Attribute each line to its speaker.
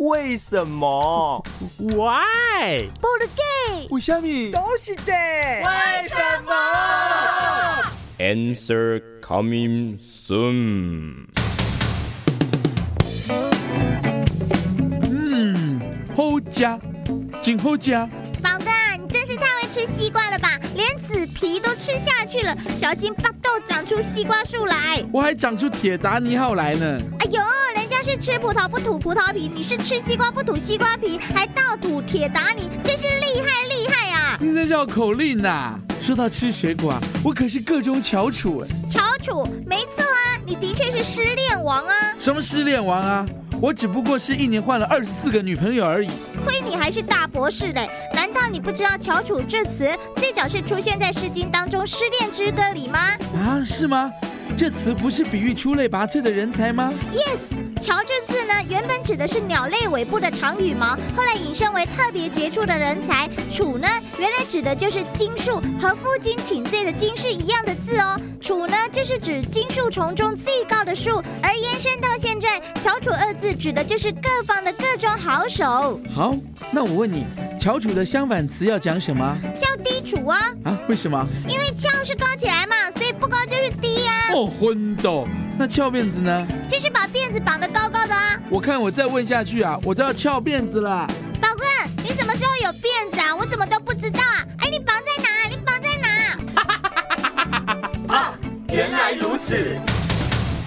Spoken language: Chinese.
Speaker 1: 为什么？
Speaker 2: 啊
Speaker 3: Why？
Speaker 4: 不如给
Speaker 1: 为什么
Speaker 5: 都是的。
Speaker 1: 为什么？
Speaker 6: Answer coming soon。
Speaker 2: 好加，真好加。
Speaker 4: 宝哥，你真是太会吃西瓜了吧？连籽皮都吃下去了，小心巴豆长出西瓜树来！
Speaker 2: 我还长出铁达尼号来呢。
Speaker 4: 哎呦，人家是吃葡萄不吐葡萄皮，你是吃西瓜不吐西瓜皮，还倒吐铁打你，真是厉害厉害啊！
Speaker 2: 你在绕口令呐、说到吃水果啊，我可是各种翘楚哎。
Speaker 4: 乔楚，没错啊，你的确是失恋王啊！
Speaker 2: 什么失恋王啊？我只不过是一年换了二十四个女朋友而已。
Speaker 4: 亏你还是大博士嘞！难道你不知道“乔楚”这词最早是出现在《诗经》当中《失恋之歌》里吗
Speaker 2: 啊，是吗？这词不是比喻出类拔萃的人才吗？
Speaker 4: ？Yes，“ 乔”这字呢，原本指的是鸟类尾部的长羽毛，后来引申为特别杰出的人才。“楚”呢，原来指的就是荆树，和负荆请罪的“荆”是一样的字哦。“楚”呢，就是指荆树丛中最高的树，而延伸到现在，“乔楚”二字指的就是各方的各种好手，
Speaker 2: 好，那我问你，翘楚的相反词要讲什么
Speaker 4: 叫低楚啊，
Speaker 2: 啊？为什么？
Speaker 4: 因为翘是高起来嘛，所以不高就是低啊。
Speaker 2: 哦，昏斗。那翘辫子呢？
Speaker 4: 就是把辫子绑得高高的啊！
Speaker 2: 我看我再问下去啊，我都要翘辫子啦。
Speaker 4: 宝棍，你什么时候有辫子啊？我怎么都不知道啊！哎，你绑在哪？你绑在哪？
Speaker 1: 原来如此。